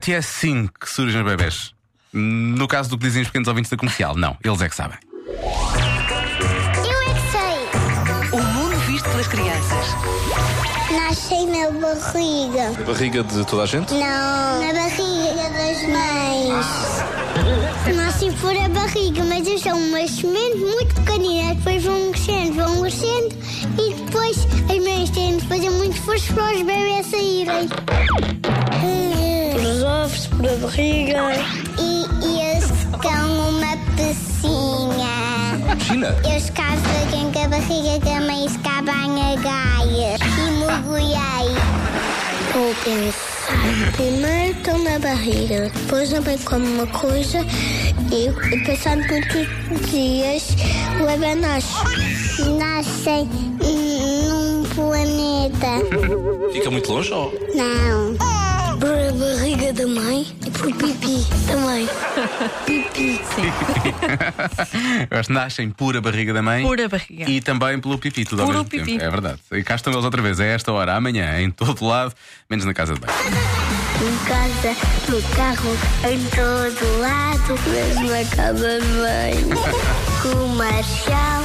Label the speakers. Speaker 1: se é assim que surgem os bebés? No caso do que dizem os pequenos ouvintes da comercial, não, eles é que sabem.
Speaker 2: Eu é que sei.
Speaker 3: O mundo visto pelas crianças.
Speaker 2: Nascei na barriga.
Speaker 4: Barriga de toda a gente?
Speaker 2: Não. Na barriga das mães. Nasci por a barriga, mas eu sou uma semente muito pequenina. Depois vão crescendo, vão crescendo. E depois as mães têm de fazer muito esforço para os bebês saírem.
Speaker 5: Os ovos, por a barriga.
Speaker 2: E eles dão uma pecinha.
Speaker 4: China?
Speaker 2: Eu escavo quem com a barriga também escava a gaia e mergulhei. Vou pensar. Primeiro estou na barriga, depois também como uma coisa e, e passando muitos dias o bebê nasce. Nascem num planeta.
Speaker 4: Fica muito longe ou?
Speaker 2: Não. Por a barriga da mãe e por pipi da mãe. Pipi.
Speaker 1: Eu acho que nascem pura barriga da mãe.
Speaker 3: Pura barriga.
Speaker 1: E também pelo pipi, tudo ao
Speaker 3: Puro
Speaker 1: mesmo tempo.
Speaker 3: pipi.
Speaker 1: É verdade. E cá estão eles outra vez, a esta hora, amanhã, em todo lado, menos na casa de banho.
Speaker 2: Em casa, no carro, em todo lado, mesmo na cama de banho. Com o Marcial.